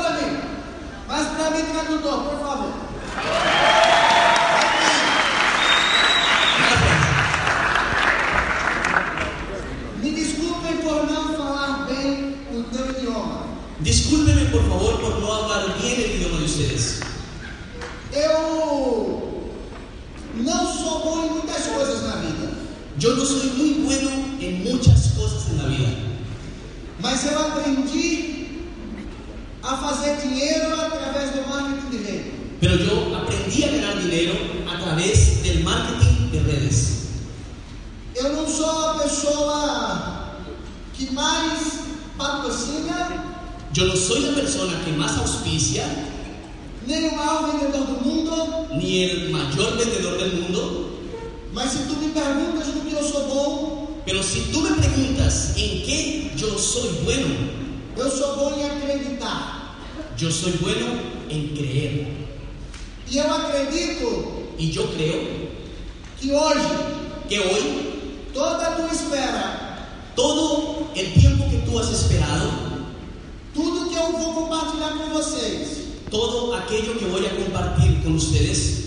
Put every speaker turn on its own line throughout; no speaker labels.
pra mim! Mas pra mim tradutor, por favor! Me desculpem por não falar bem o teu idioma.
Discúlpeme por favor por no hablar bien el idioma de ustedes.
Eu não sou bom em muitas coisas na vida,
Yo no soy muy bueno en muchas cosas en la vida,
mas eu aprendi a fazer dinheiro através do marketing de rede.
pero yo aprendí a ganar dinero a través del marketing de redes.
Eu não sou a pessoa que mais patrocina,
Yo no soy la persona que más auspicia,
nem o maior vendedor do mundo,
ni el mayor vendedor del mundo,
mas se tu me perguntas no que eu sou bom,
pero si tú me preguntas en qué yo soy bueno,
eu sou bom em acreditar.
yo soy bueno en creer.
E eu acredito
Y yo creo
que hoje
que hoy
toda a tua espera,
todo el tiempo que tú has esperado,
tudo que eu vou compartilhar com vocês,
todo aquello que voy a compartir con ustedes,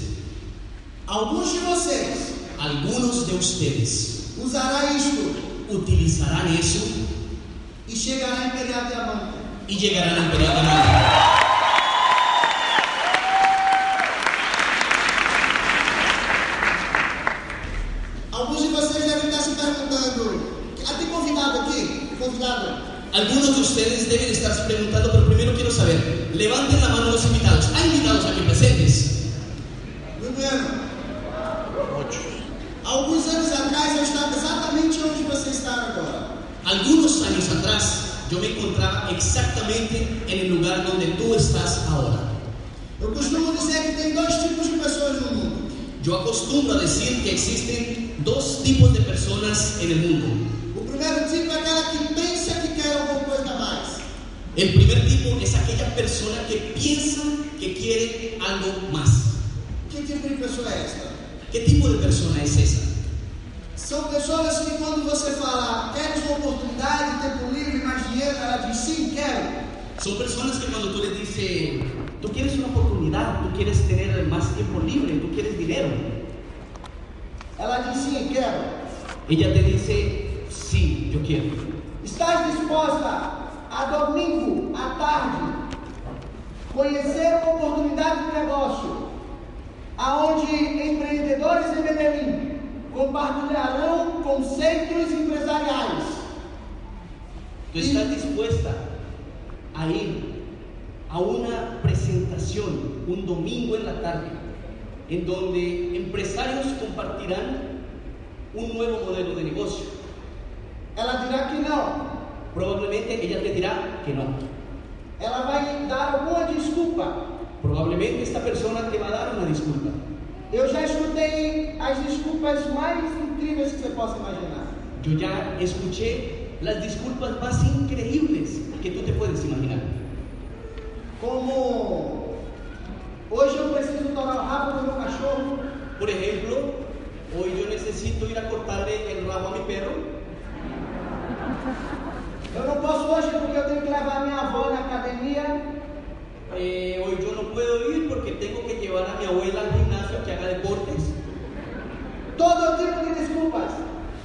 Alguns de vocês
Algunos de ustedes
usará isto
utilizarán eso
e chegará em Pereira Diamante.
y llegarán al periodo de Navidad.
Alguns de vocês devem estar se perguntando, ah, tem convidado aqui? Convidado.
Algunos de ustedes deben estarse preguntando, pero primero quiero saber, levanten la mano los invitados. ¿Hay invitados aquí presentes?
Primeiro. Alguns anos atrás eu estava exatamente onde você está agora.
Algunos años atrás yo me encontraba exactamente en el lugar donde tú estás ahora.
Eu costumo dizer que tem dois tipos de pessoas no mundo.
Yo acostumbro a decir que existen dos tipos de personas en el mundo.
O primeiro tipo é aquela que pensa que quer alguma coisa a mais.
El primer tipo es aquella persona que piensa que quiere algo más.
Que tipo de pessoa é esta?
¿Qué tipo de persona es esa?
São pessoas que quando você fala, queres uma oportunidade, tempo livre, mais dinheiro, ela diz sim, quero.
Son personas que cuando tú les dices, tú quieres una oportunidad, tú quieres tener más tiempo libre, tú quieres dinero,
Ela diz sim, quero.
ella te dice, sí, yo quiero.
Estás disposta a domingo à tarde conhecer uma oportunidade de negócio aonde empreendedores em Medellín compartilharão conceitos empresariais
Tú estás dispuesta a ir a una presentación un domingo en la tarde, en donde empresarios compartirán un nuevo modelo de negocio.
ela dirá que não
Probablemente ella te dirá que no.
ela vai dar alguma desculpa
Probablemente esta persona te va a dar una disculpa.
eu já escutei as desculpas mais incríveis que você possa imaginar
Yo ya escuché las disculpas más increíbles que tú te puedes imaginar.
como hoje eu preciso tomar o rabo do meu cachorro
Por ejemplo, hoy yo necesito ir a cortarle el rabo a mi perro.
Eu não posso hoje porque eu tenho que levar minha avó na academia.
Eh, hoy yo no puedo ir porque tengo que llevar a mi abuela al gimnasio a que haga deportes.
Todo tipo de desculpas.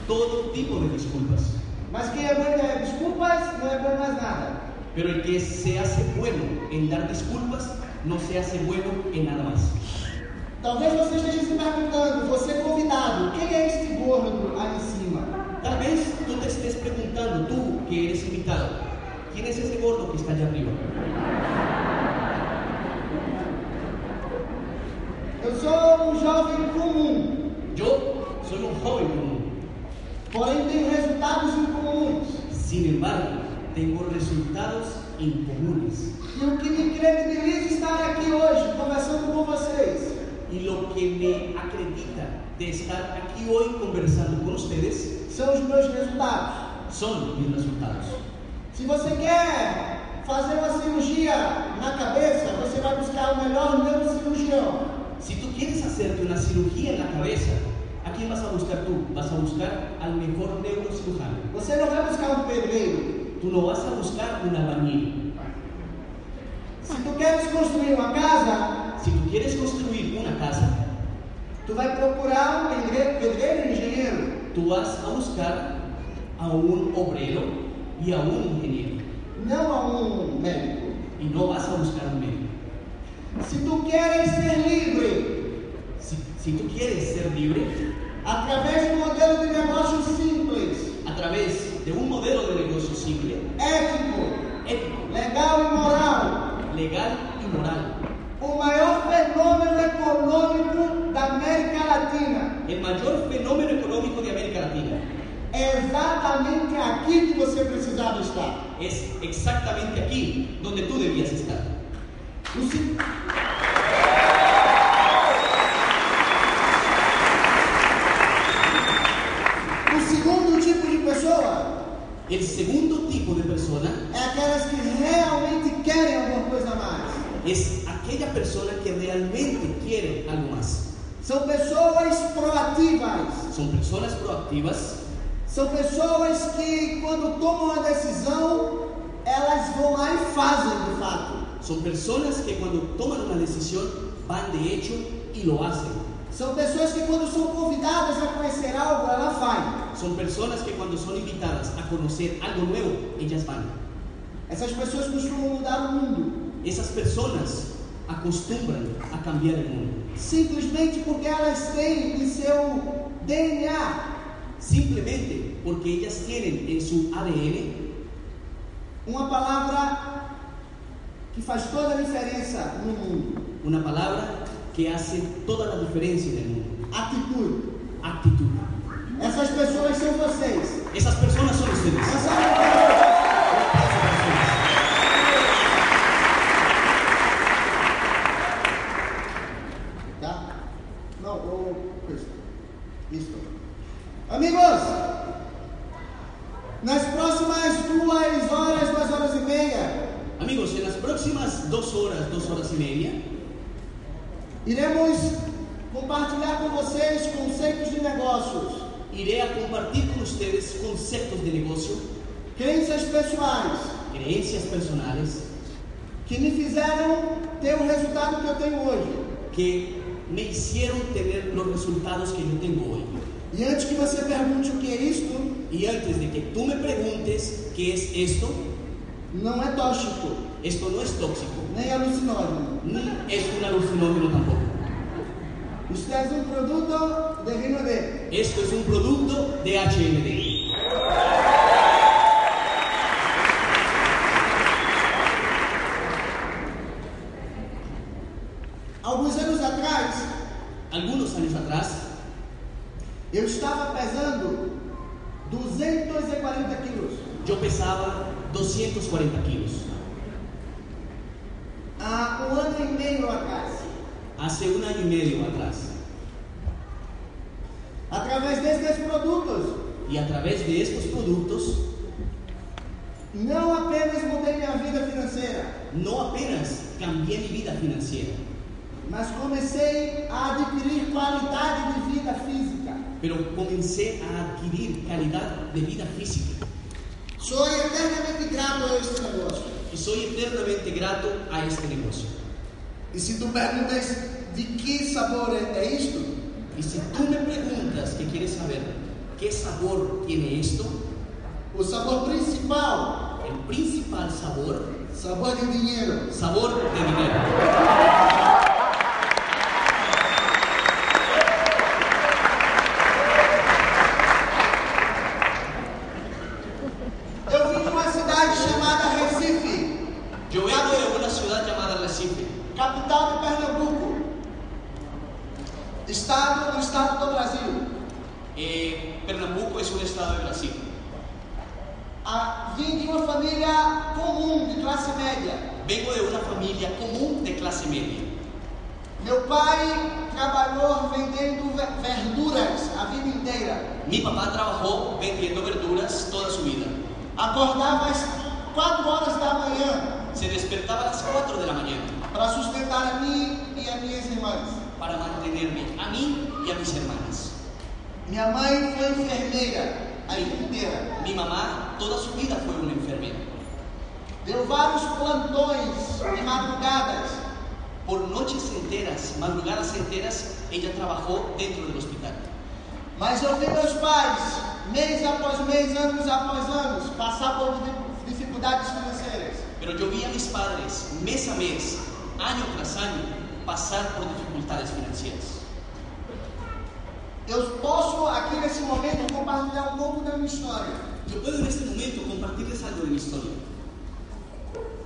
Todo tipo de disculpas.
Mas quem é bom em dar desculpas não é bom em mais nada.
Pero el que se hace bueno en dar disculpas no se hace bueno en nada más.
Talvez você esteja se perguntando, você convidado, quem é esse gordo aí em cima?
Tal vez tú te estés preguntando, tú que eres invitado, ¿quién es ese gordo que está allá arriba?
Eu sou um jovem comum,
Yo soy un joven común.
porém tenho resultados incomuns
tengo resultados incomunes.
E o que me credibiliza estar aqui hoje, conversando com vocês,
Y lo que me acredita de estar aquí hoy conversando con ustedes
são os meus resultados.
son mis resultados.
Se você quer fazer uma cirurgia na cabeça, você vai buscar o melhor neurocirurgião.
Si tú quieres hacerte una cirugía en la cabeza, ¿a quién vas a buscar tú? Vas a buscar al mejor neurocirujano.
Você não vai buscar um pedreiro.
Tú no vas a buscar un albañil.
Se tu quer desconstruir uma casa,
Si tú quieres construir una casa,
tu vai procurar um pedreiro, pedreiro engenheiro.
tú vas a buscar a un obrero y a un ingeniero.
Não a um médico.
Y no vas a buscar un médico.
Se tu queres ser livre
Si, si tú quieres ser libre
através de um modelo de negócio simples,
a través de un modelo de negocio simple,
ético,
ético,
legal e moral,
legal y moral,
o maior fenômeno econômico da América Latina
el mayor fenómeno económico de América Latina
é exatamente aqui que você precisava estar.
es exactamente aquí donde tú debías estar.
O se- O segundo tipo de pessoa
El segundo tipo de persona
é aquelas que realmente querem alguma coisa a mais.
es aquella persona que realmente quiere algo más.
São pessoas proativas.
Son personas proactivas,
São pessoas que, quando tomam uma decisão, elas vão lá e fazem de fato.
son personas que cuando toman una decisión van de hecho y lo hacen.
São pessoas que, quando são convidadas a conhecer algo, ela vai.
Son personas que cuando son invitadas a conocer algo nuevo, ellas van.
Essas pessoas costumam mudar o mundo
Esas personas acostumbran a cambiar el mundo,
simplesmente porque elas têm em seu DNA
simplemente porque ellas tienen en su ADN
uma palavra que faz toda a diferença no mundo:
una palabra que hace toda la diferencia en el mundo,
atitude.
actitud.
Essas pessoas são vocês.
Esas personas son ustedes.
Essa é a minha pergunta. Tá? Não, eu. Isso. Isso. Amigos, nas próximas duas horas, duas horas e meia,
Amigos, en las próximas dos horas, dos horas y media,
iremos compartilhar com vocês conceitos de negócios,
iré a compartir con ustedes conceptos de negocio,
crenças pessoais
creencias personales,
que me fizeram ter o resultado que eu tenho hoje.
que me hicieron tener los resultados que yo tengo hoy.
E antes que você pergunte o que é isto,
Y antes de que tú me preguntes qué es esto,
não é tóxico,
esto no es tóxico,
nem alucinógeno.
ni es un alucinógeno tampoco.
Isto é um produto de Reino Verde.
Esto es un producto de HMD.
Alguns anos atrás,
Algunos años atrás,
eu estava pesando 240 quilos.
yo pesaba 240 kilos.
Há um ano e meio atrás.
Hace un año y medio atrás.
Através desses produtos,
Y a través de estos productos,
não apenas mudei minha vida financeira,
no apenas cambié mi vida financiera,
mas comecei a adquirir qualidade de vida física.
pero comencé a adquirir calidad de vida física.
Sou eternamente grato a esse negócio.
Y soy eternamente grato a este negocio.
E se tu perguntas de que sabor é é isto,
Y si tú me preguntas que quieres saber qué sabor tiene esto,
o sabor principal,
el É principal sabor,
sabor de dinheiro.
sabor de dinero.
Eu vim de uma cidade chamada Recife,
Yo vengo de una ciudad llamada Recife,
capital de Pernambuco, estado do estado do Brasil.
é um Eh, Pernambuco es un estado de Brasil.
A Ah, vim de uma família comum, de classe média.
Vengo de una familia común de clase media.
Meu pai trabalhou vendendo ve- verduras a vida inteira.
Mi papá trabajó vendiendo verduras toda su vida.
Acordava às 4 horas da manhã
Se despertaba a las 4 de la mañana
para sustentar a mim e as minhas irmãs.
para mantenerme a mí y a mis hermanas.
Minha mãe foi enfermeira a vida inteira.
Mi mamá toda su vida fue una enfermera.
Deu vários plantões de madrugadas
Por noches enteras, madrugadas enteras, ella trabajó dentro del hospital.
Mas eu vi meus pais, mês após mês, anos após anos, passar por di- dificuldades financeiras.
Pero yo vi a mis padres mes a mes, año tras año, pasar por dificultades financieras.
Eu posso, aqui nesse momento, compartilhar um pouco da minha história.
Yo puedo en este momento compartirles algo de mi historia.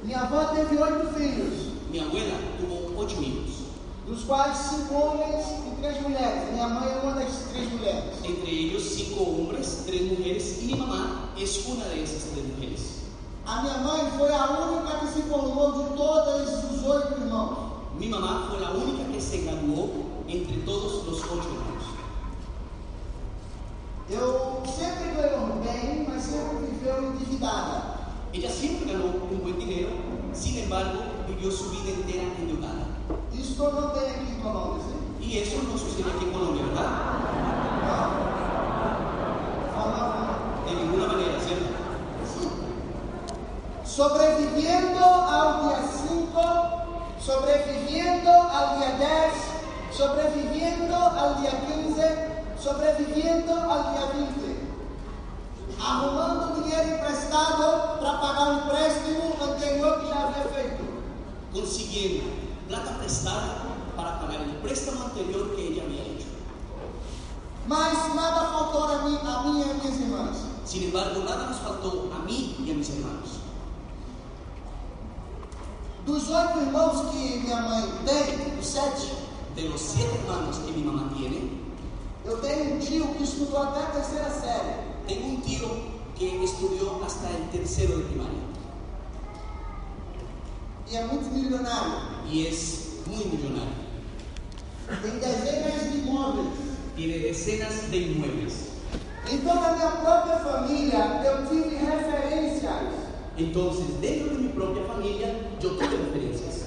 Minha avó teve oito filhos,
Mi abuela tuvo ocho hijos,
dos quais cinco homens e três mulheres. Minha mãe é uma das três mulheres.
entre ellos cinco hombres, tres mujeres y mi mamá es una de esas tres mujeres.
A minha mãe foi a única que se formou de todos os oito irmãos.
Mi mamá fue la única que se graduó entre todos los ocho hermanos.
Eu sempre ganhou bem, mas sempre viveu endividada.
Ella siempre ganó un buen dinero, sin embargo vivió su vida entera endeudada.
Isso eu não tenho aqui em Colômbia, gente.
Y eso no sucede aquí en Colombia, ¿verdad? De ninguna manera, ¿cierto?
Sobreviviendo ao dia 5, sobreviviendo ao dia 10, sobreviviendo ao dia 15, sobreviviendo ao dia 20. Arrumando dinheiro emprestado para pagar o empréstimo anterior que já havia feito.
Consiguiendo plata prestada para pagar el préstamo anterior que ella había hecho.
Mas nada faltou a mim, a mim e a minhas irmãs.
Sin embargo, nada nos faltó a mí y a mis hermanos.
Dos oito irmãos que minha mãe tem, os sete,
De los siete hermanos que mi mamá tiene,
eu tenho um tio que estudou até a terceira série.
tengo un tío que estudió hasta el tercero de primaria
e é muito milionário.
y es muy millonario.
Tem dezenas de imóveis.
Tiene decenas de inmuebles.
Então, na minha própria família, eu tive referências
Entonces, dentro de mi propia familia, yo tuve referencias.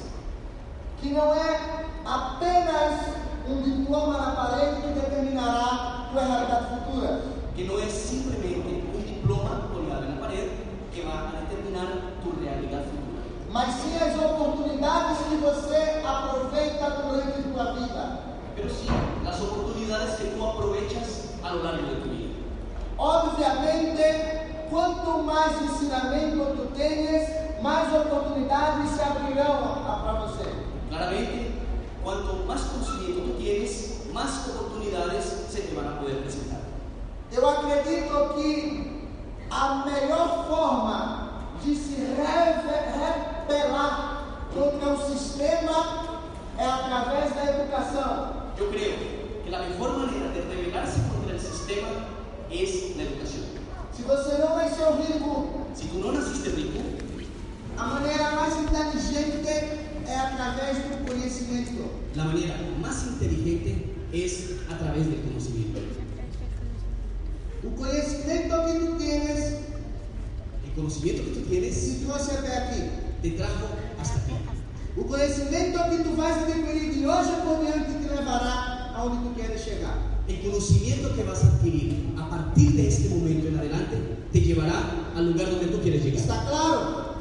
que não é apenas um diploma na parede que determinará tua realidade futura.
que no es simplemente un diploma colgado en la pared que va a determinar tu realidad futura,
Mas sim as oportunidades que você aproveita durante a tua vida.
pero sí las oportunidades que tú aprovechas a lo largo de tu vida.
Obviamente, quanto mais ensinamento tu tenhas, mais oportunidades se abrirão para você.
Claramente, cuanto más conocimiento tú tienes, más oportunidades se te van a poder presentar.
Eu acredito que a melhor forma de se reve- rebelar contra o sistema é através da educação.
Yo creo que la mejor manera de rebelarse contra el sistema es la educación.
Se você não nasceu rico,
Si tú no naciste rico,
a maneira mais inteligente é através do conhecimento.
la manera más inteligente es a través del conocimiento.
O conhecimento que tu tens
El conocimiento que tú tienes
te trouxe até aqui.
te trajo hasta aquí.
O conhecimento que tu vais adquirir de hoje por diante te levará aonde tu queres chegar.
El conocimiento que vas a adquirir a partir de este momento en adelante te llevará al lugar donde tú quieres llegar.
Está claro?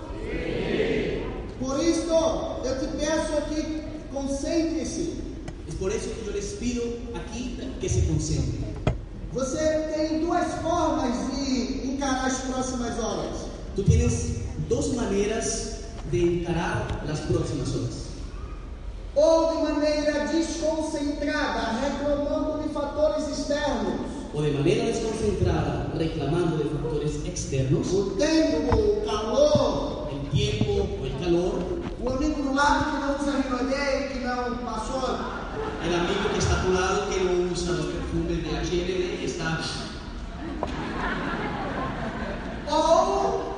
Por isso, eu te peço que concentre-se.
Es por eso que yo les pido aquí que se concentren.
Você tem duas formas de encarar as próximas horas.
Tú tienes dos maneras de encarar las próximas horas.
Ou de maneira desconcentrada, reclamando de fatores externos.
O de manera desconcentrada, reclamando de factores externos,
O tempo, o calor,
el tiempo o el calor,
o amigo do lado que não usa Rinodei, que não passou.
el amigo que está a tu lado que no usa los H&M perfumes de HLD, que está
Ou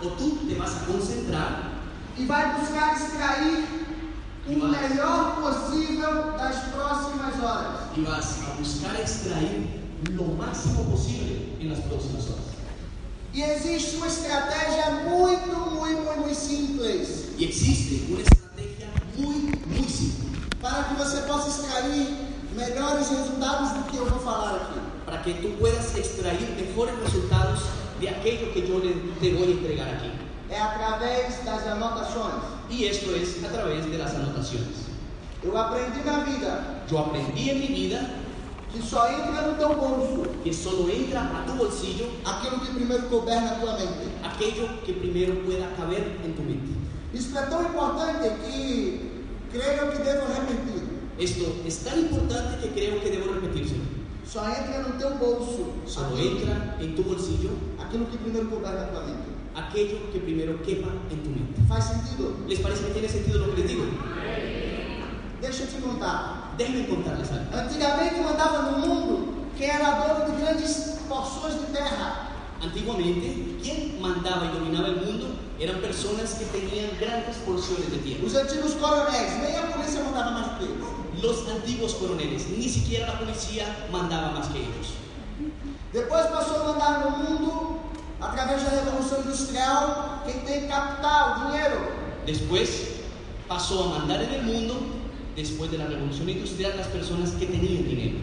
o tú te vas a concentrar
e vai buscar extrair o melhor possível das próximas horas.
y vas a buscar extraer lo máximo posible en las próximas horas.
E existe uma estratégia muito, muito, muito simples
Y existe una estrategia muy, muy simple
para que você possa extrair melhores resultados do que eu vou falar aqui.
para que tú puedas extraer mejores resultados de aquello que yo le- te voy a entregar aquí.
É através das anotações.
Y esto es a través de las anotaciones.
Eu aprendi na vida
Yo aprendí en mi vida
que só entra no teu bolso
que solo entra a tu bolsillo
aquilo que primeiro couber na tua mente.
aquello que primero pueda caber en tu mente.
Isso é tão importante que creio que devo repetir.
Esto es tan importante que creo que debo repetírselo.
Só entra no teu bolso
Solo
aquilo-
entra en tu bolsillo
aquilo que primeiro couber na tua mente.
aquello que primero quepa en tu mente.
Faz sentido?
¿Les parece que tiene sentido lo que les digo?
Deixa eu te contar.
Déjenme contarles algo.
Antigamente eu andava no mundo que era dono de grandes porções de terra.
Antiguamente, quien mandaba y dominaba el mundo eran personas que tenían grandes porciones de tierra.
Os antigos coronéis, nem a polícia mandava mais que eles.
Los antiguos coroneles, ni siquiera la policía mandaba más que ellos.
Depois passou a mandar no mundo, através da Revolução Industrial, quem tem capital, dinheiro.
Después pasó a mandar en el mundo, después de la revolución industrial, las personas que tenían dinero.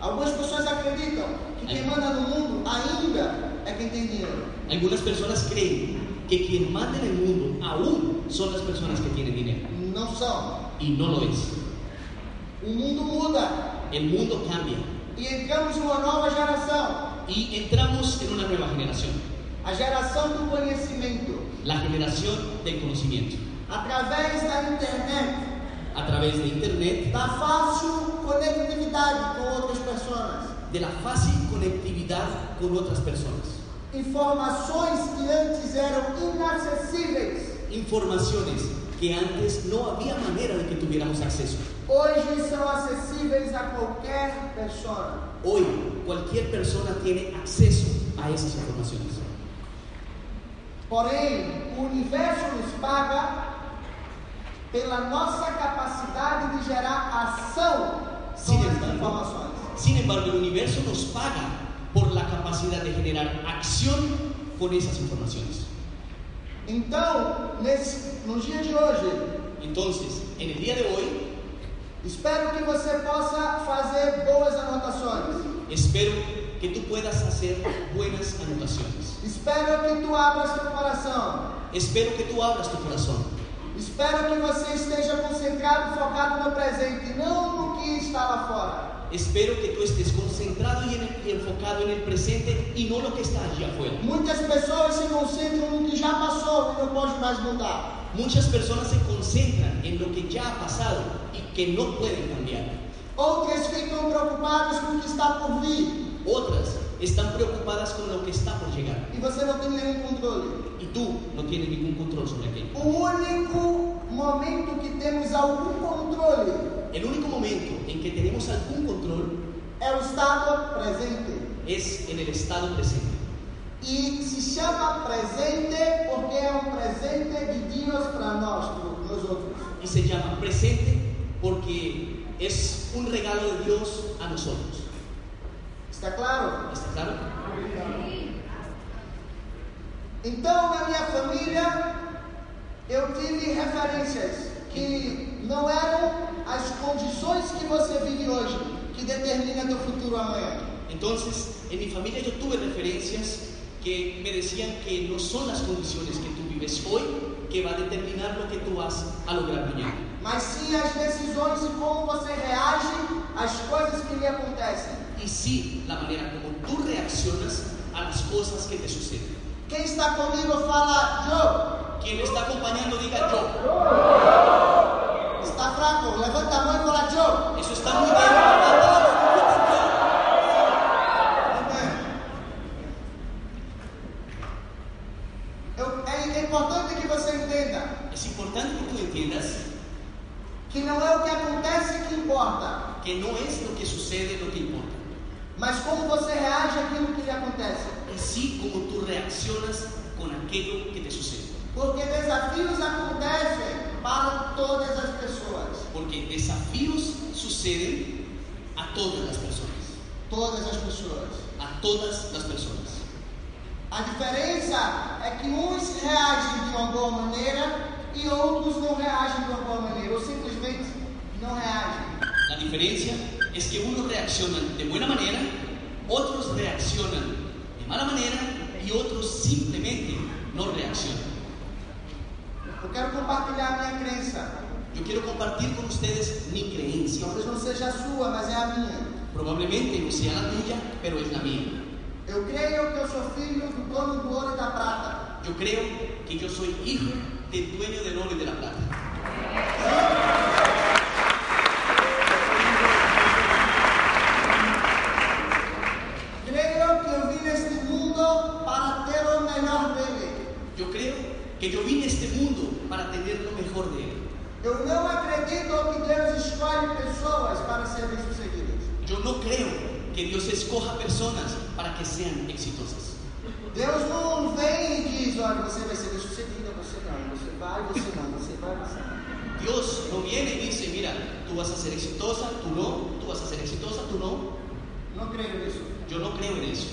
Algumas pessoas acreditam que quem manda no mundo ainda é quem tem dinheiro.
Algunas personas creen que quien manda en el mundo aún son las personas que tienen dinero.
Não são.
Y no lo es.
O mundo muda
El mundo cambia
e entramos numa nova geração
y entramos en una nueva generación,
a geração do conhecimento.
la generación del conocimiento.
Através da internet,
A través de Internet,
da fácil conectividade com outras pessoas.
de la fácil conectividad con otras personas.
Informações que antes eram inacessíveis,
Informaciones que antes no había manera de que tuviéramos acceso.
hoje são acessíveis a qualquer pessoa.
Hoy cualquier persona tiene acceso a esas informaciones.
Porém, o universo nos paga pela nossa capacidade de gerar ação
Sim,
com essas
irmão.
informações.
Sin embargo, el universo nos paga por la capacidad de generar acción con esas informaciones.
Então, nesse, no dia de hoje,
Entonces, en el día de hoy,
espero que você possa fazer boas anotações.
espero que tú puedas hacer buenas anotaciones.
Espero que tu abras teu coração.
Espero que tú abras tu corazón.
Espero que você esteja concentrado, focado no presente, não no que está lá fora.
Espero que tú estés concentrado y, en el- y enfocado en el presente y no lo que está allí afuera.
Muitas pessoas se concentram no que já passou e não pode mais mudar.
Muchas personas se concentran en lo que ya ha pasado y que no pueden cambiar.
Outras ficam preocupadas com o que está por vir
Otras están preocupadas con lo que está por llegar
e você não tem nenhum controle.
y tú no tienes ningún control sobre aquello.
O único momento que temos algum controle
El único momento en que tenemos algún control
é o estado presente.
es en el estado presente.
E se chama presente porque é um presente de Deus para nós, nos outros.
Y se llama presente porque es un regalo de Dios a nosotros.
Está claro?
¿Está claro?
Então, na minha família, eu tive referências que não eram as condições que você vive hoje que determina teu futuro amanhã.
Entonces, en mi familia yo tuve referencias que me decían que no son las condiciones que tú vives hoy que va a determinar lo que tú vas a lograr mañana,
Mas sim as decisões e como você reage às coisas que lhe acontecem.
y sí la manera como tú reaccionas a las cosas que te suceden.
Quem está comigo fala,
Quien me está acompañando diga yo.
Joe, está fraco, levanta a mão e fala, Joe.
Eso está muy bien. levanta
Eu- é importante que você entenda
la mano. Es importante que tú entiendas
que não é o que acontece que importa,
que no es lo que sucede lo que importa,
mas como você reage àquilo que lhe acontece.
es sí como tú reaccionas con aquello que te sucede.
Porque desafios acontecem para todas as pessoas.
Porque desafíos suceden a todas las personas.
Todas as pessoas.
A todas las personas.
A diferença é que uns reagem de uma boa maneira e outros não reagem de uma boa maneira, ou simplesmente não reagem.
La diferencia es que unos reaccionan de buena manera, otros reaccionan de mala manera y otros simplemente no reaccionan.
Eu quero compartilhar a minha crença.
Yo quiero compartir con ustedes mi creencia.
Talvez não seja a sua, mas é a minha.
Probablemente no sea la tuya, pero es la mía.
Eu creio que eu sou filho do dono do ouro e da prata.
Yo creo que yo soy hijo del dueño del oro y de la plata.
Creio que eu vim neste mundo para ter o melhor dele.
Yo creo que yo vine a este mundo para tener lo mejor de él.
Eu não acredito que Deus escolhe pessoas para serem sucedidas.
Yo no creo que Dios escoja personas para que sean exitosas.
Deus não vem e diz: olha, você vai ser sucedida, você não, você vai, você não, você vai, você não.
Dios no viene y dice, mira, tú vas a ser exitosa, tú no, tú vas a ser exitosa, tú no.
Não creio nisso.
Yo no creo en eso.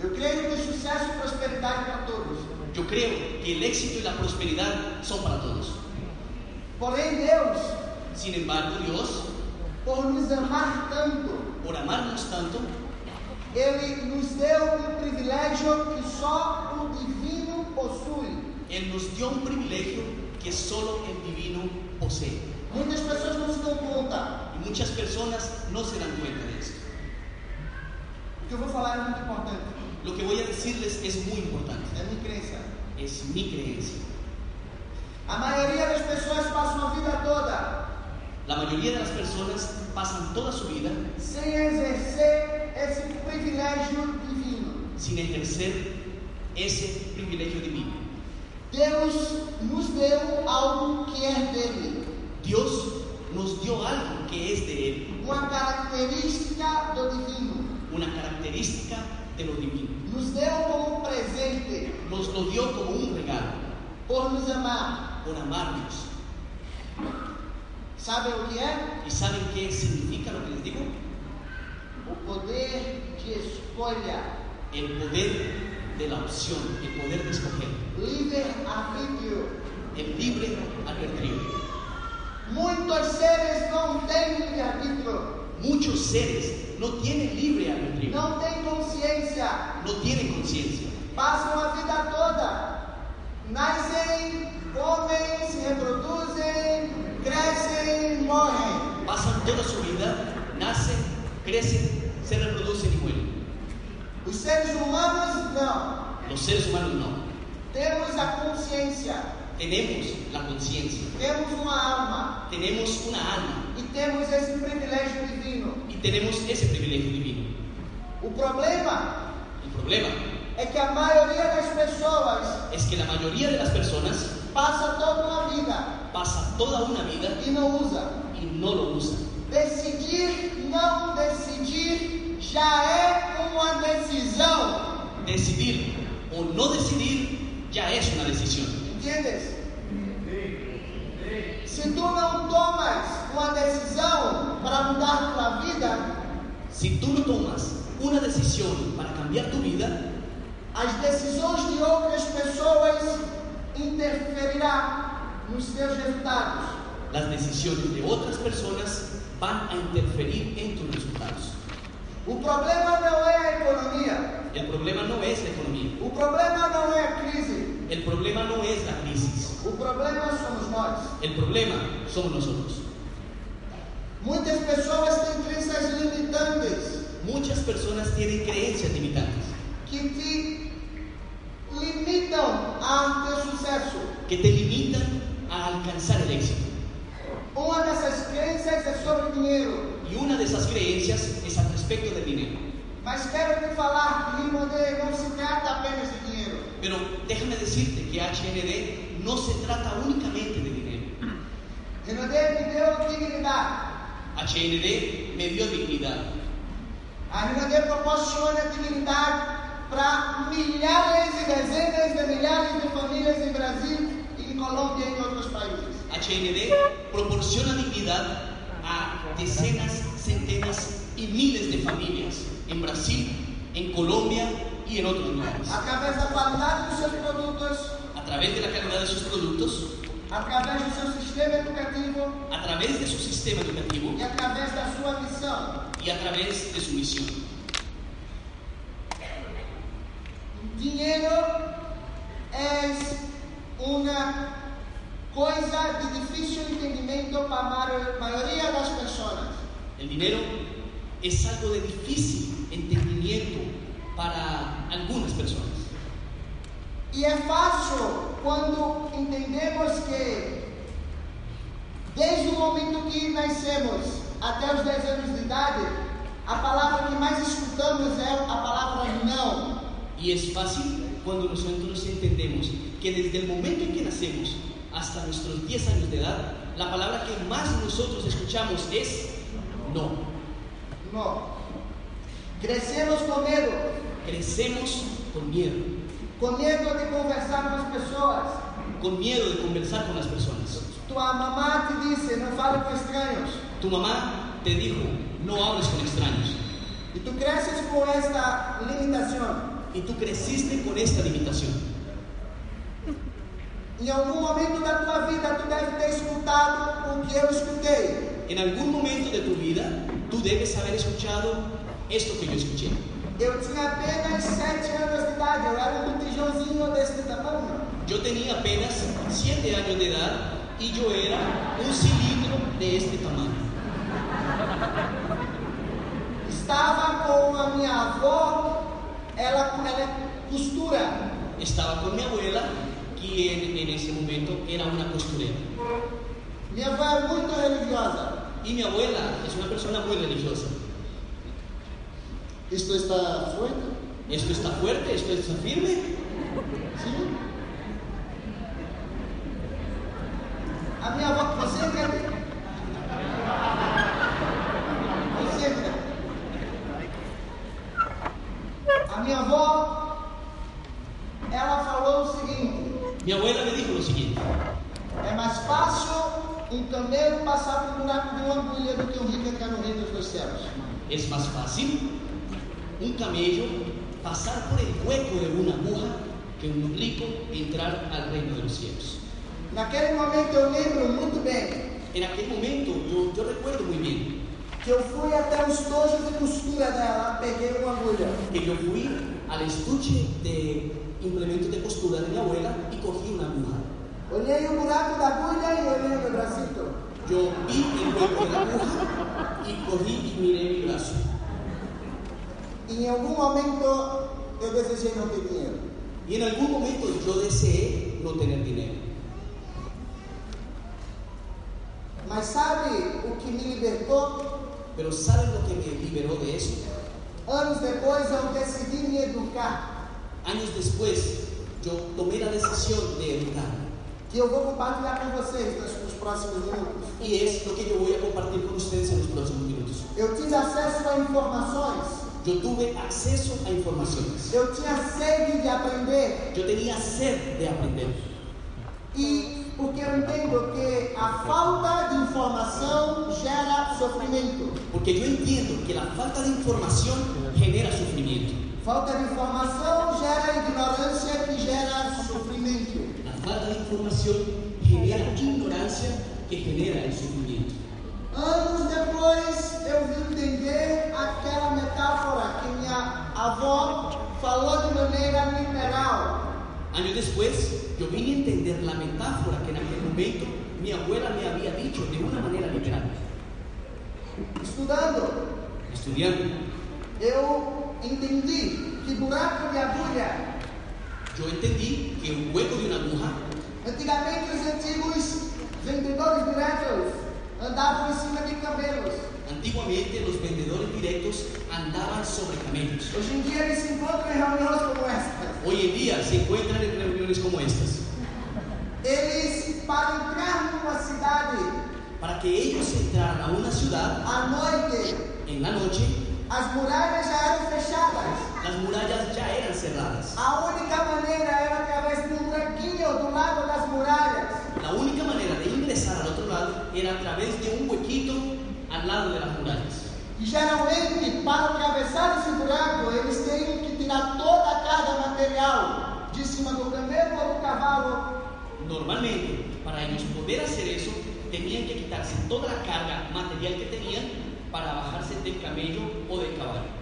Eu creio que sucesso e prosperidade para todos.
Yo creo que el éxito y la prosperidad son para todos.
Porém, Deus,
Sin embargo, Dios,
por nos amar tanto,
por amarnos tanto,
Ele nos deu um privilégio que só o divino possui.
Él nos dio un privilegio que solo el divino posee.
Muitas pessoas não se dão conta.
Y muchas personas no se dan cuenta de esto.
O que eu vou falar é muito importante.
Lo que voy a decirles es muy importante.
É minha crença.
Es mi creencia.
A maioria das pessoas passam a vida toda
La mayoría de las personas pasan toda su vida
sem exercer esse privilégio divino.
sin ejercer ese privilegio divino.
Deus nos deu algo que é dele,
Dios nos dio algo que es de Él,
uma característica do divino.
una característica de lo divino.
Nos deu como presente
Nos lo dio como un regalo,
por nos amar.
por amarnos.
Sabe o que é?
¿Y saben qué significa lo que les digo?
O poder de escolha,
El poder de la opción, el poder de escoger,
livre-arbítrio.
el libre albedrío.
Muitos seres não têm livre-arbítrio,
Muchos seres no tienen libre albedrío,
não têm consciência,
no tienen conciencia.
passam a vida toda, nascem, comem, se reproduzem, crescem, morrem.
Pasan toda su vida, nacen, crecen, se reproducen y mueren.
Os seres humanos não.
Los seres humanos no.
Temos a consciência,
Tenemos la conciencia,
temos uma alma
tenemos una alma
e temos esse privilégio divino.
y tenemos ese privilegio divino.
O problema
El problema
é que a maioria das pessoas
es que la mayoría de las personas
passa toda uma vida
pasa toda una vida
e não usa.
y no lo usan.
Decidir, não decidir, já é uma decisão.
Decidir o no decidir ya es una decisión.
Entendes? Se tu não tomas uma decisão para mudar tua vida,
Si tú no tomas una decisión para cambiar tu vida,
as decisões de outras pessoas interferirão nos teus resultados.
las decisiones de otras personas van a interferir en tus resultados.
O problema não é a economia,
El problema no es la economía.
o problema não é a crise,
El problema no es la crisis,
o problema somos nós.
el problema somos nosotros.
Muitas pessoas têm crenças limitantes
Muchas personas tienen creencias limitantes
que te limitam a ter sucesso.
que te limitan a alcanzar el éxito.
Uma dessas crenças é sobre dinheiro,
Y una de esas creencias es al respecto del dinero.
mas quero te falar que Rimondé não se trata apenas de dinheiro.
Pero déjame decirte que HND no se trata únicamente de dinero.
Rimondé me deu dignidade.
HND me dio dignidad.
A Rimondé proporciona dignidade para milhares e dezenas de milhares de famílias em Brasil, em Colômbia e em outros países.
HND proporciona dignidad a decenas, centenas y miles de familias en Brasil, en Colombia y en otros lugares.
Através da qualidade dos seus produtos,
A través de la calidad de sus productos,
através do seu sistema educativo
a través de su sistema educativo
e através da sua missão.
y a través de su misión.
Dinheiro é uma coisa de difícil entendimento para a maior- maioria das pessoas.
El dinero es algo de difícil entendimiento para algunas personas.
E é fácil quando entendemos que, desde o momento que nascemos até os 10 anos de idade, a palavra que mais escutamos é a palavra não.
Y es fácil cuando nosotros entendemos que desde el momento en que nacemos hasta nuestros 10 años de edad, la palabra que más nosotros escuchamos es no.
Não. Crescemos com medo,
Crecemos con miedo,
com medo de conversar com as pessoas.
con miedo de conversar con las personas.
Tua mamá te disse, não fale com estranhos.
Tu mamá te dijo, no hables con extraños.
E tu cresces com esta limitação.
Y tú creciste con esta limitación.
Em algum momento da tua vida, tu deve ter escutado o que eu escutei.
En algún momento de tu vida, tú debes haber escuchado esto que yo escuché.
Eu tinha apenas 7 anos de idade, eu era um botijãozinho desse tamanho.
Yo tenía apenas 7 años de edad y yo era un cilindro de este tamaño.
Estava com a minha avó, ela, ela costura.
Estaba con mi abuela, quien en ese momento era una costurera.
Minha avó é muito religiosa.
Y mi abuela es una persona muy religiosa.
Isto está fuerte?
Esto está fuerte, esto está firme.
Sim. A minha avó, você quer. Você quer. A minha avó, ela falou o seguinte.
Mi abuela me dijo lo siguiente.
É mais fácil um camelo passar por um buraco de uma agulha do que um rico entrar no reino dos céus.
Es más fácil un camello pasar por el hueco de una aguja que un rico entrar al reino de los cielos.
Naquele momento eu lembro muito bem
En aquel momento yo, yo recuerdo muy bien
que eu fui até os tojos de costura dela, peguei uma agulha.
que yo fui al estuche de implementos de costura de mi abuela y cogí una aguja.
Olhei o buraco da agulha e olhei meu bracito.
Yo vi el hueco de la aguja y cogí y miré mi brazo.
E em algum momento eu desejei não ter dinheiro.
Y en algún momento yo deseé no tener dinero.
Mas sabe o que me libertou?
Pero ¿saben lo que me liberó de eso?
Anos depois eu decidi me educar,
Años después, yo tomé la decisión de educarme.
que eu vou compartilhar com vocês nos- nos próximos minutos.
Y es lo que yo voy a compartir con ustedes en los próximos minutos.
Eu tive acesso a informações
Yo tuve acceso a informaciones.
Eu tinha sede de aprender
Yo tenía sed de aprender.
e porque eu entendo que a falta de informação gera sofrimento.
Porque yo entiendo que la falta de información genera sofrimiento.
Falta de informação gera ignorância que gera sofrimento.
La falta de información genera ignorancia que genera el sufrimiento.
Anos depois eu vim entender aquela metáfora que minha avó falou de maneira literal.
Años después, yo vine a entender la metáfora que en aquel momento mi abuela me había dicho de una manera literal.
Estudando,
Estudiando,
eu entendi que buraco de agulha
yo entendí que un hueco de una aguja,
Antigamente os antigos vendedores diretos andavam em cima de camelos.
antiguamente los vendedores directos andaban sobre camellos.
Hoje em dia eles se encontram em reuniões como esta.
Hoy en día se encuentran en reuniones como estas.
Eles, para entrar numa cidade
Para que ellos entraran a una ciudad
à noite,
en la noche,
as muralhas já eram fechadas.
las murallas ya eran cerradas.
A única maneira era através de um buraquinho do lado das muralhas.
La única manera de ingresar al otro lado era a través de un huequito al lado de las murallas.
E geralmente, para atravessar esse buraco, eles teriam que tirar toda a carga material de cima do camelo ou do cavalo.
Normalmente, para ellos poder hacer eso, tenían que quitarse toda la carga material que tenían para bajarse del camello o del caballo.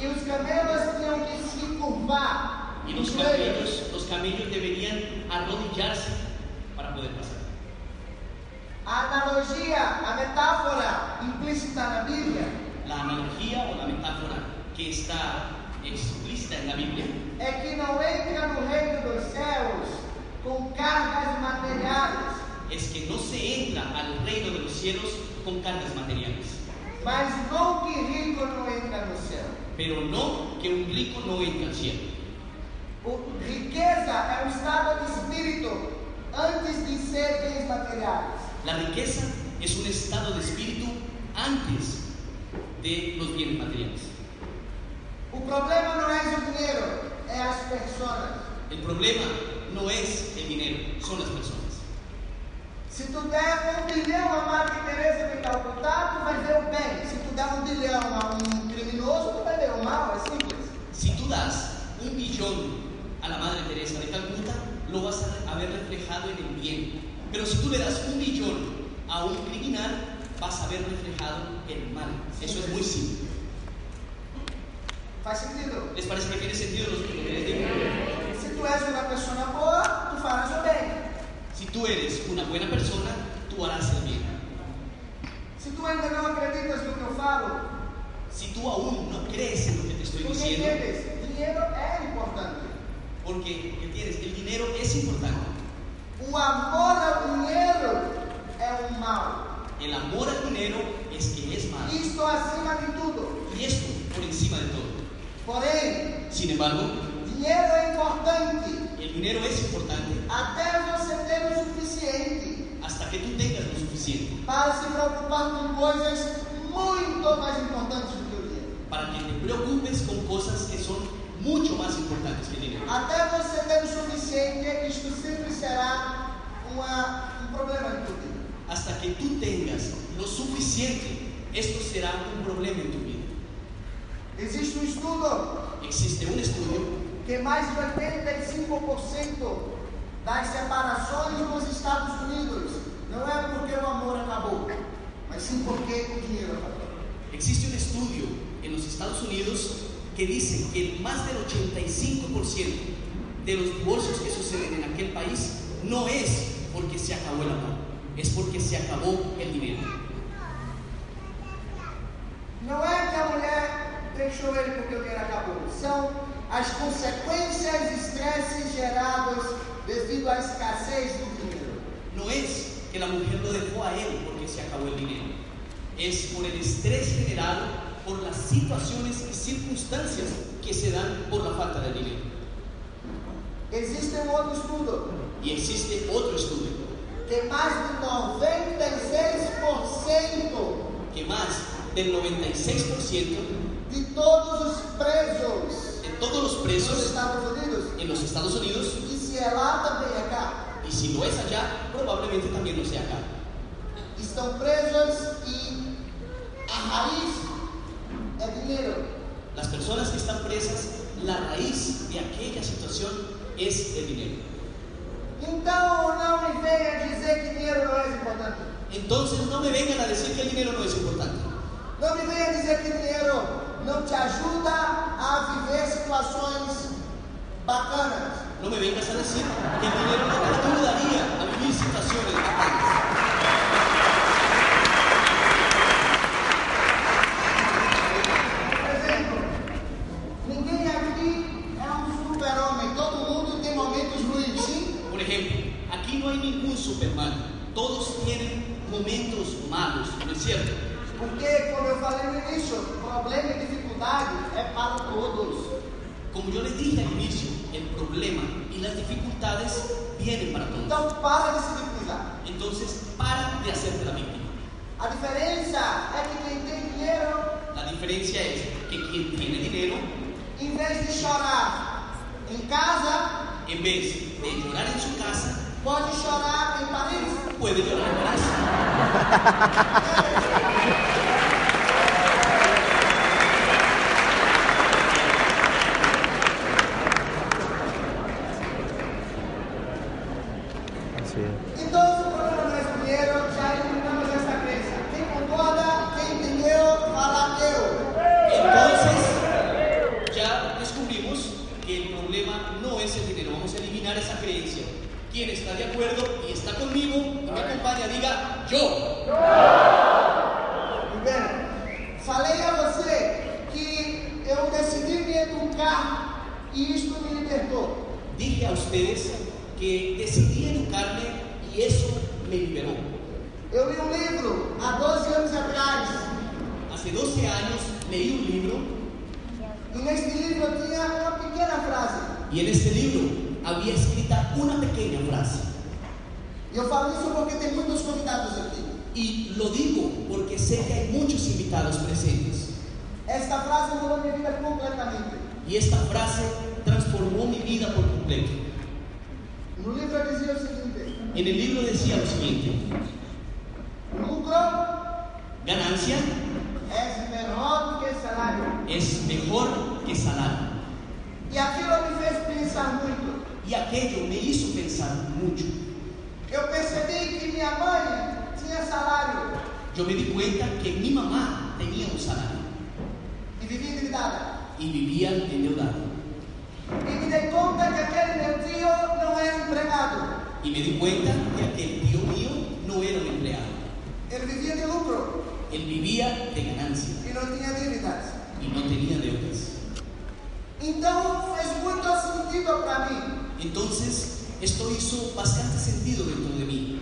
E os camelos tinham que se curvar.
Y los
os joelhos.
camellos, los camellos deberían arrodillarse para poder pasar.
A analogia, a metáfora implícita na Bíblia
La analogía o la metáfora que está explícita en la Biblia
é que não entra no reino dos céus com cargas materiais,
es que no se entra al reino de los cielos con cargas materiales.
mas não que rico não entra no céu.
Pero no que un rico no entra al cielo.
O- riqueza é um estado de espírito antes de ser bens materiais.
La riqueza es un estado de espíritu antes de los bienes materiales.
O problema não é o dinheiro, é as pessoas.
El problema no es el dinero, son las personas.
Se tu der um bilhão a Madre Teresa de Calcutá, tu vai ver o bem. Se tu der um bilhão a um criminoso, tu vai ver o mal, é simples.
Si tú das un billón a la Madre Teresa de Calcuta, lo vas a haber reflejado en el bien. Pero si tú le das un billón a un criminal, vas a ver reflejado el mal. Eso es muy simple.
Faz sentido?
¿Les parece que tiene sentido lo que les digo?
Se tu és uma pessoa boa, tu farás o bem.
Si tú eres una buena persona, tú harás el bien.
Se tu ainda não acreditas no que eu falo,
Si tú aún no crees en lo que te estoy
tu que
diciendo,
entendes, dinheiro é importante.
porque ¿qué tienes? el dinero es importante.
O amor ao dinheiro é um mal.
El amor al dinero es que es malo.
Isto acima de tudo.
Y esto por encima de todo.
Porém,
Sin embargo,
dinheiro é importante
el dinero es importante
até você ter o suficiente
hasta que tú tengas lo suficiente
para se preocupar com coisas muito mais importantes do que o dinheiro.
para que te preocupes con cosas que son mucho más importantes que el dinero.
Até você ter o suficiente, isto sempre será uma- um problema de tudo.
Hasta que tú tengas lo suficiente, esto será un problema en tu vida.
Existe um estudo
Existe un estudio
que mais de 85% das separações nos Estados Unidos não é porque o amor acabou, mas sim porque o dinheiro acabou.
Existe un estudio en los Estados Unidos que dice que más del 85% de los divorcios que suceden en aquel país no es porque se acabó el amor, es porque se acabó el dinero.
Não é que a mulher deixou ele porque o dinheiro acabou, são as consequências e estresses gerados devido à escassez do dinheiro.
No es que la mujer lo dejó a él porque se acabó el dinero, es por el estrés generado por las situaciones y circunstancias que se dan por la falta de dinero.
Existe um outro estudo
Y existe otro estudio
que mais de 96%
que más del 96%
de todos os presos
de todos los
nos
presos
Estados Unidos
en los Estados Unidos
e se ela também é acá
y si no es allá, probablemente también lo sea acá.
estão presos e a raiz é dinheiro.
Las personas que están presas, la raíz de aquella situación es el dinero.
Então não me venha dizer que dinheiro não é importante.
Entonces no me vengan a decir que el dinero no es importante.
Não me venha dizer que dinheiro não te ajuda a viver situações bacanas.
No me vengas a decir que el dinero no te ayudaría a vivir situaciones bacanas.
Por exemplo, ninguém aqui é um super-homem. Todo mundo tem momentos ruins, sim?
Por ejemplo, aquí no hay ningún Superman. Todos tienen momentos malos, ¿no es cierto?
Porque, como eu falei no início, problema e dificuldade é para todos.
Como yo les dije al inicio, el problema y las dificultades vienen para todos.
Então para de se victimizar.
Entonces, para de hacerte la víctima.
A diferença é que quem tem dinheiro,
La diferencia es que quien tiene dinero,
em vez de chorar, Em casa,
En vez de llorar en su casa,
pode chorar em Paris.
puede llorar en casa.
Así es.
Então, se o programa não é primeiro, já eliminamos essa crença. Quem concorda, quem entendeu, fala eu.
Entonces, ya descubrimos que el problema no es el dinero. Vamos a eliminar esa creencia. Quien está de acuerdo y está conmigo y me acompaña, diga yo.
Tudo bem? Falei a você que eu decidi me educar e isto me libertou.
Dije a ustedes que decidí educarme y eso me liberó.
Eu li um livro há 12 anos atrás.
Hace 12 años leí un libro
E neste livro eu tinha uma pequena frase.
y en este libro había escrita una pequena frase.
E eu falo isso porque tem muitos convidados aqui.
Y lo digo porque sé que hay muchos invitados presentes.
Esta frase mudou minha vida completamente.
Y esta frase transformó mi vida por completo.
No livro eu dizia o seguinte:
En el libro decía lo siguiente,
lucro
ganancia
é melhor do que salário.
es mejor que salario.
E aquilo me fez pensar muito.
Y aquello me hizo pensar mucho.
Eu percebi que minha mãe tinha salário
Yo me di cuenta que mi mamá tenía un salario
e vivia endividada.
y vivía endeudada.
E me dei conta que aquele meu tio não era empregado.
Y me di cuenta que aquel tío mío no era un empleado.
Ele vivia de lucro
Él vivía de ganancia
e não tinha dívidas.
y no tenía deudas.
Então fez muito sentido para mim.
Entonces, esto hizo bastante sentido dentro de mí.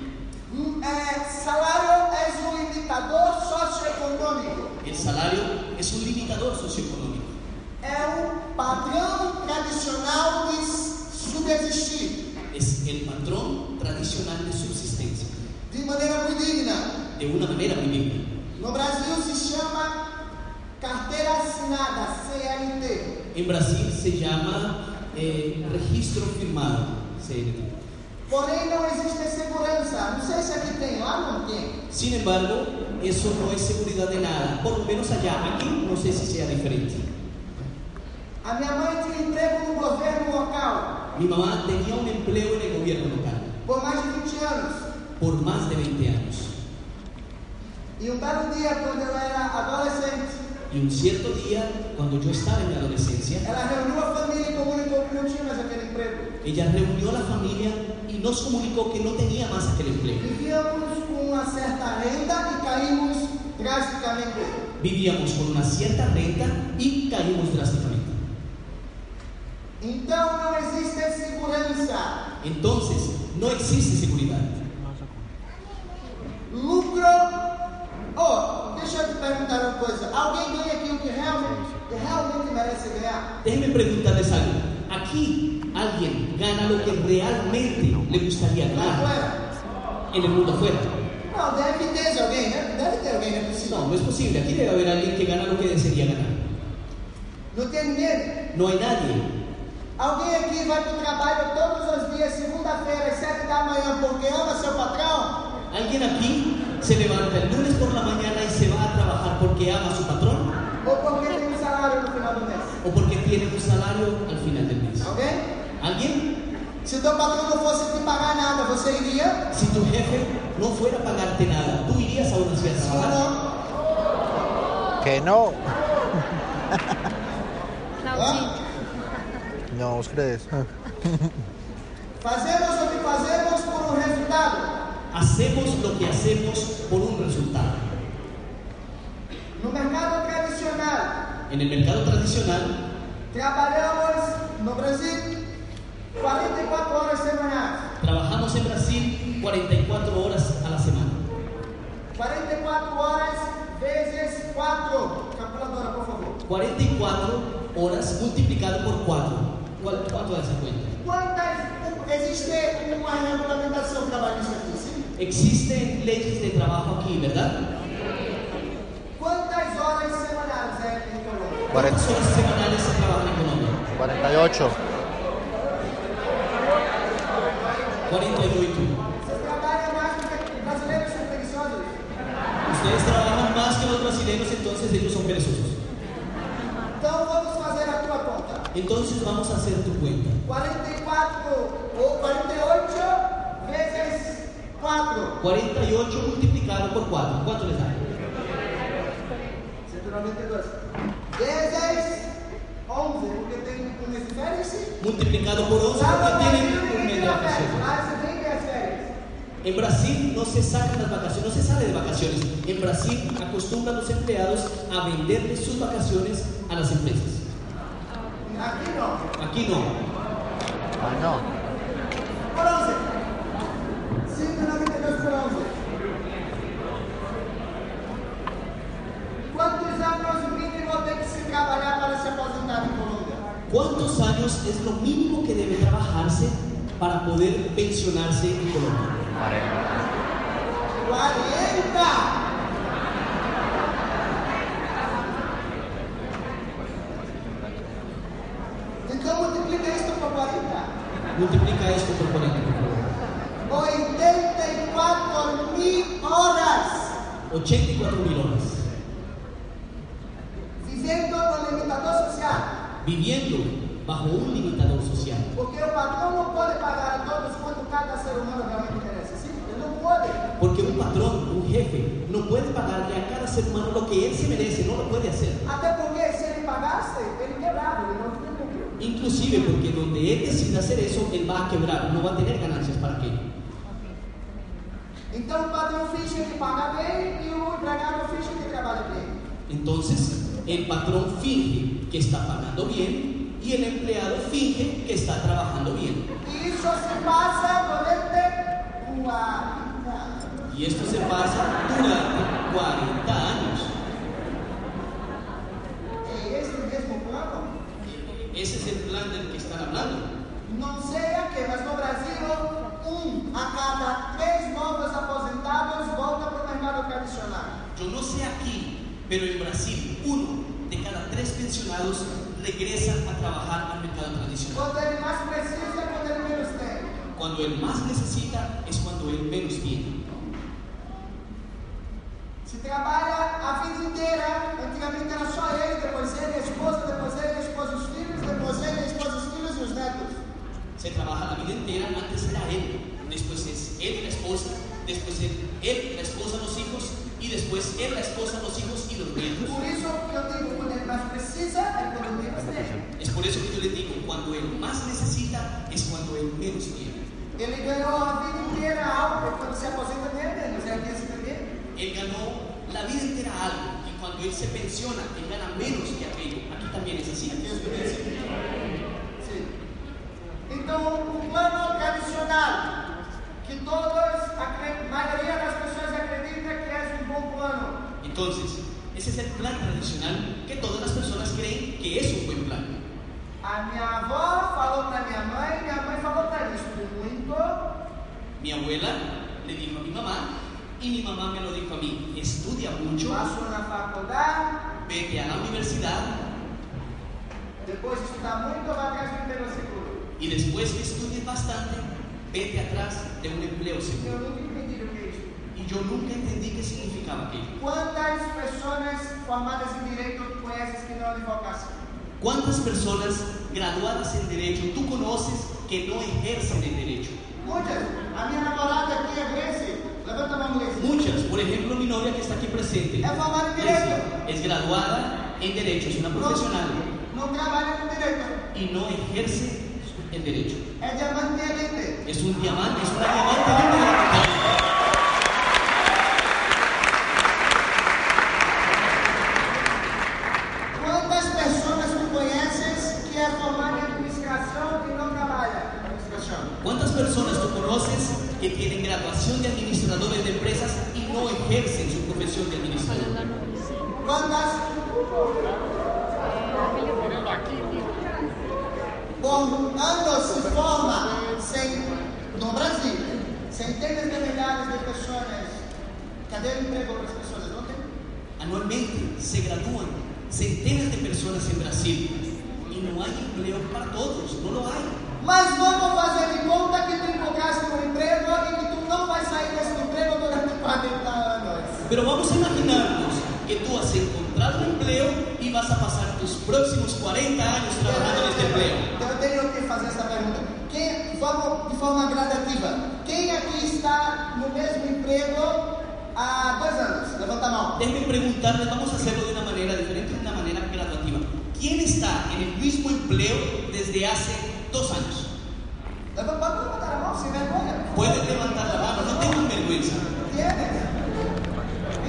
Hum, é, salário é um indicador socioeconômico.
El salario es un limitador socioeconómico.
É um padrão tradicional de subsistir
Es el patrón tradicional de subsistencia,
de maneira muito digna.
de una manera muy digna.
No Brasil se chama carteira assinada, CLT.
En Brasil se llama eh, registro firmado, CNT.
Porém, não existe segurança. Não sei se aqui tem, lá não tem.
Sin embargo, eso no es seguridad de nada, por lo menos allá. Aquí no sé si sea diferente.
A minha mãe tinha emprego no governo local
Mi mamá tenía un empleo en el gobierno local
por mais de 20 anos.
por más de 20 años.
E um belo dia, quando eu era adolescente,
Y un cierto día, cuando yo estaba en mi adolescencia,
ela reuniu a família e comunicou que não tinha mais aquele emprego.
ella reunió a la familia y nos comunicó que no tenía más aquel empleo.
Vivíamos com uma certa renda e caímos drasticamente.
Vivíamos con una cierta renta y caímos drásticamente.
Então, não existe segurança.
Entonces, no existe seguridad.
Lucro. Oh, deixa eu te perguntar uma coisa. Alguém ganha aquilo que realmente, que realmente merece ganhar?
Déjenme preguntarles algo. Aquí alguien gana lo que realmente le gustaría ganar
Agora,
en el mundo afuera.
não, deve ter de alguém, né? Deve ter alguém, não é possível.
No, no es posible. Aquí debe haber alguien que gana lo que desearía ganar.
Não tem medo.
No hay nadie.
Alguém aqui vai para o trabalho todos os dias, segunda-feira, às sete da manhã, porque ama seu patrão?
Alguien aquí se levanta el lunes por la mañana y se va a trabajar porque ama a su patrón
Ou porque tem um salário no final do mês?
o porque tiene un salario al final del mes.
Alguém?
¿Alguien?
Se o teu patrão não fosse te pagar nada, você iria?
Si tu jefe no fuera a pagarte nada, ¿tú irías a una ciudad a
Ou
trabajar?
não?
Que no.
Hã?
No, ¿vos crees?
Fazemos o que fazemos por um resultado.
Hacemos lo que hacemos por un resultado.
No mercado tradicional,
En el mercado tradicional
Trabalhamos no Brasil 44 horas semanais.
trabajamos en Brasil 44 horas a la semana.
44 horas vezes 4. Calculadora, por favor.
44 horas multiplicado por 4. ¿Cuál, ¿Cuánto hace cuenta?
Quantas. um, Existe uma regulamentação trabalhista aqui, sim?
Existen leyes de trabajo aquí, ¿verdad?
Quantas horas semanais é em Colômbia?
¿Cuántas
40,
horas semanales se trabajan en Colombia?
48.
48.
Vocês trabalham mais do que brasileiros são preguiçosos.
Ustedes trabajan más que los brasileños, entonces ellos son perezosos.
Então vamos fazer a tua conta.
Entonces vamos a hacer tu cuenta.
44 ou 48 vezes 4.
48 multiplicado por 4. ¿Cuánto les da?
192. Vezes 11, porque tem um mês de férias.
Multiplicado por 11
Sábado,
porque
domingo,
tienen un
ninguém
mes de
tira férias.
vacaciones.
Lá você vem as férias.
En Brasil no se sacan las vacaciones, no se sale de vacaciones. En Brasil acostumbran los empleados a venderle sus vacaciones a las empresas.
Aqui não.
Aquí no.
Ah, no.
Por 11. 192 por 11. Quantos anos mínimo tem que se trabalhar para se aposentar em Colômbia?
¿Cuántos años es lo mínimo que debe trabajarse para poder pensionarse en Colombia?
40! Então multiplica isso por 40.
Multiplica esto por 40. por favor.
84 mil horas
84 mil horas.
vivendo no limitador social.
Viviendo bajo un limitador social.
Porque o patrão não pode pagar a todos quanto cada ser humano realmente merece. Sim, ele não pode.
Porque un patrón, un jefe, no puede pagarle a cada ser humano lo que él se merece, no lo puede hacer.
Até porque se ele pagasse, ele quebrava, ele não teria lucro.
Inclusive porque donde él decida hacer eso, él va a quebrar, no va a tener ganancias para qué.
Então o patrão finge que paga bem e o empregado finge que trabalha bem.
Entonces, el patrón finge que está pagando bien y el empleado finge que está trabajando bien.
E isso se passa durante uma vida.
Y esto se pasa durante 40 años.
É esse mesmo plano?
Ese es el plan del que están hablando.
Não sei aqui, mas no Brasil, um a cada três novos aposentados volta para o mercado tradicional.
Yo no sé aquí, pero en Brasil, uno de cada tres pensionados regresa a trabajar al mercado tradicional.
Quando ele mais precisa, quando ele menos tem.
Cuando él más necesita es cuando él menos tiene.
Se trabalha a vida inteira, antigamente era só ele, depois ele, a esposa, depois ele, a esposa, os filhos, depois ele, a esposa, os filhos e os netos.
Se trabaja la vida entera, antes era él, después es él la esposa, después él, él la esposa, los hijos, y después él la esposa, los hijos y los nietos.
Por isso que eu digo, quando ele mais precisa, é quando ele menos tem.
Es por eso que yo les digo, cuando él más necesita es cuando él menos tiene.
Ele ganhou a vida inteira algo, e quando se aposenta é dele, ele já tinha se perder.
Él ganó la vida entera algo, y cuando él se pensiona, él gana menos que aquello. Aquí también es así.
Sim. Então, o plano tradicional, que todos, acre- a maioria das pessoas acredita que é um bom plano.
Entonces, ese es el plan tradicional que todas las personas creen que es un buen plan.
A minha avó falou para minha mãe, minha mãe falou para isso muito.
Mi abuela le dijo a mi mamá y mi mamá me lo dijo a mí, estudia mucho,
Passou na faculdade,
vete a la universidad
depois de estudar muito, vai atrás do emprego seguro.
y después que estudies bastante, vete atrás de un empleo
Eu
seguro.
nunca entendi o que é isso.
Y yo nunca entendí qué significaba aquello.
Quantas pessoas formadas em direito tu conheces que não é advogassem?
¿Cuántas personas graduadas en derecho tú conoces que no ejercen el derecho?
Muitas. A minha namorada aqui é Grace. Levanta a mão, Grace.
Muchas, por ejemplo, mi novia que está aquí presente,
É formada em direito.
es graduada en derecho, es una profesional.
Não, não trabalha com direito.
y no ejerce el derecho.
É diamante elite.
Es un diamante, es una diamante de la
Quantas pessoas tu conheces que é formada em administração e não trabalha com administração?
¿Cuántas personas tú conoces que tienen graduación de administradores de empresas y no ejercen su profesión de administrador?
Quantas por ano se forma sem, no Brasil centenas de milhares de pessoas? Cadê o emprego para as pessoas? Não tem?
Anualmente se gradúan centenas de personas en Brasil y no hay empleo para todos, no lo hay.
Mas vamos fazer de conta que tu encontraste um
Pero vamos a imaginarnos que tú has encontrado un empleo y vas a pasar tus próximos 40 años trabajando en este empleo.
Então eu tenho que fazer essa pergunta. Quem, de forma, de forma gradativa, quem aqui está no mesmo emprego há dois anos? Levanta a mão.
Déjenme preguntarles, vamos a hacerlo de una manera diferente, de una manera gradativa. ¿Quién está en el mismo empleo desde hace dos años?
Levanta, pode levantar a mão, sem vergonha. é, né?
Puedes levantar la mano, no tengan vergüenza.
Tienes.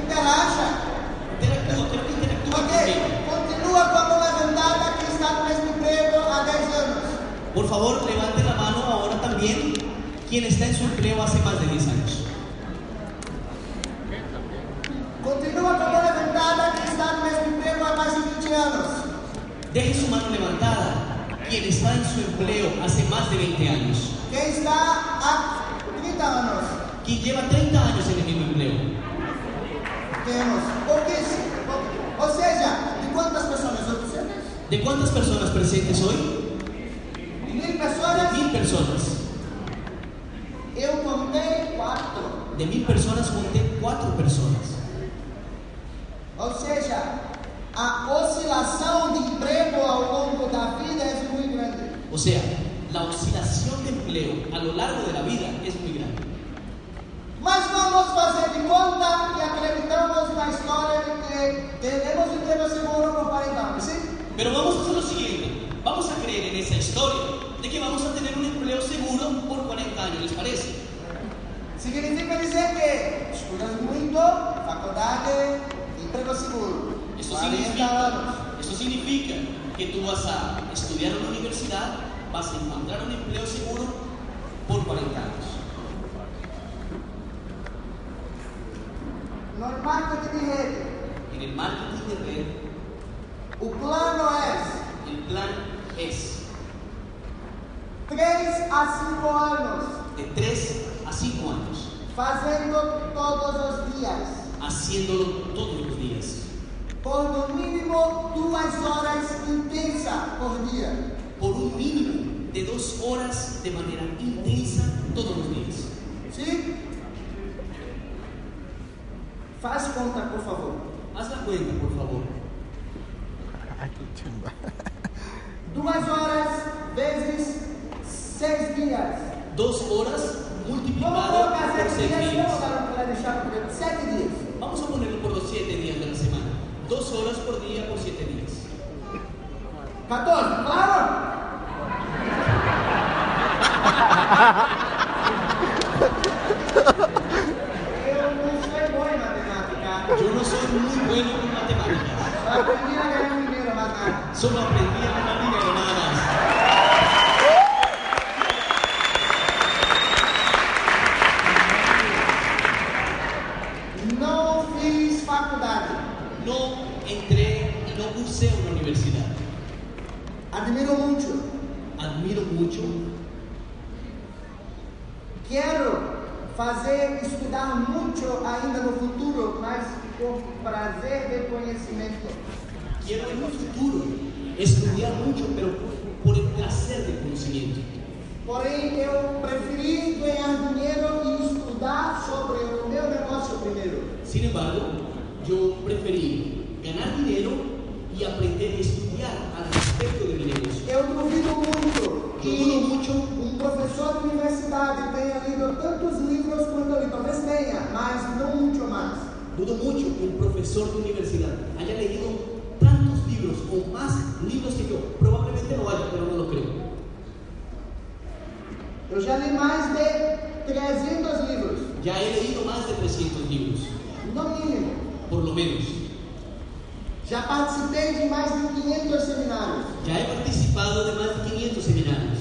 Interaja.
Interactúa, creo que interactúa
Ok,
conmigo.
continua com a mão levantada quem está no mesmo emprego há 10 anos.
Por favor, levante la mano ahora también quien está en su empleo hace más de 10 años.
Continua com a mão levantada quem está no mesmo emprego há mais de 20 anos.
Deje su mano levantada quien está en su empleo hace más de 20 años.
Quem está há 30 anos.
Quien lleva 30 años en el mismo empleo.
Temos. Ou 15. Ou- Ou seja, de quantas pessoas? 800?
¿De cuántas personas presentes hoy?
Mil pessoas?
Mil personas.
Eu contei quatro.
De mil personas conté cuatro personas.
Ou seja, a oscilação de emprego ao longo da vida é muito grande.
O sea, la oscilación de empleo a lo largo de la vida es muy grande.
Mas vamos fazer de conta que acreditamos na história de que devemos ter o seguro por 40 anos, sim?
Pero vamos a hacer lo siguiente. Vamos a creer en esa historia de que vamos a tener un empleo seguro por 40 años, ¿les parece?
Significa dizer que estudas muito, faculdade, emprego seguro.
Esto
40 anos.
significa, esto significa que tú vas a estudiar en la universidad, vas a encontrar un empleo seguro por 40 años.
Normal que de rede.
En el marketing de red,
O plano é
el plan es
3 a 5 anos,
de 3 a 5 años,
fazendo todos os dias.
haciéndolo todos los días,
por no mínimo duas horas intensa por dia.
por un mínimo de 2 horas de manera intensa todos los días.
Sim? Faz conta, por favor.
Haz la cuenta, por favor.
Duas horas vezes seis dias.
2 horas
Vamos
multiplicado
colocar
por
sete
6
dias, vamos
días.
para, para deixar por sete dias.
Vamos a ponerlo por los 7 días de la semana. 2 horas por día por 7 días.
14, claro? Eu não sei bom em matemática.
Yo no soy muy bueno con matemáticas.
Só aprendi na grande primeira matemática.
Solo aprendí a ganar y ganadas.
Não fiz faculdade.
No entré y no cursé una universidad.
Admiro muito.
Admiro mucho.
Quero fazer estudar muito ainda no futuro, mas por prazer de conhecimento.
Quiero en un futuro estudiar mucho, pero por, por el placer del conocimiento.
Porém, eu preferi ganhar dinheiro e estudar sobre o meu negócio primeiro.
Sin embargo, yo preferí ganar dinero y aprender a estudiar al respecto de mi negocio.
Eu duvido muito
Duvido
que
mucho.
um professor de universidade tenha lido tantos livros quanto eu li. Talvez tenha, mas não muito mais.
Dudo mucho que un profesor de universidad haya leído tantos libros o más libros que yo. Probablemente lo haya, pero no lo creo.
Eu já li mais de 300 livros,
Ya he leído más de 300 libros,
no mínimo.
por lo menos.
Já participei de mais de 500 seminários.
Ya he participado de más de 500 seminarios.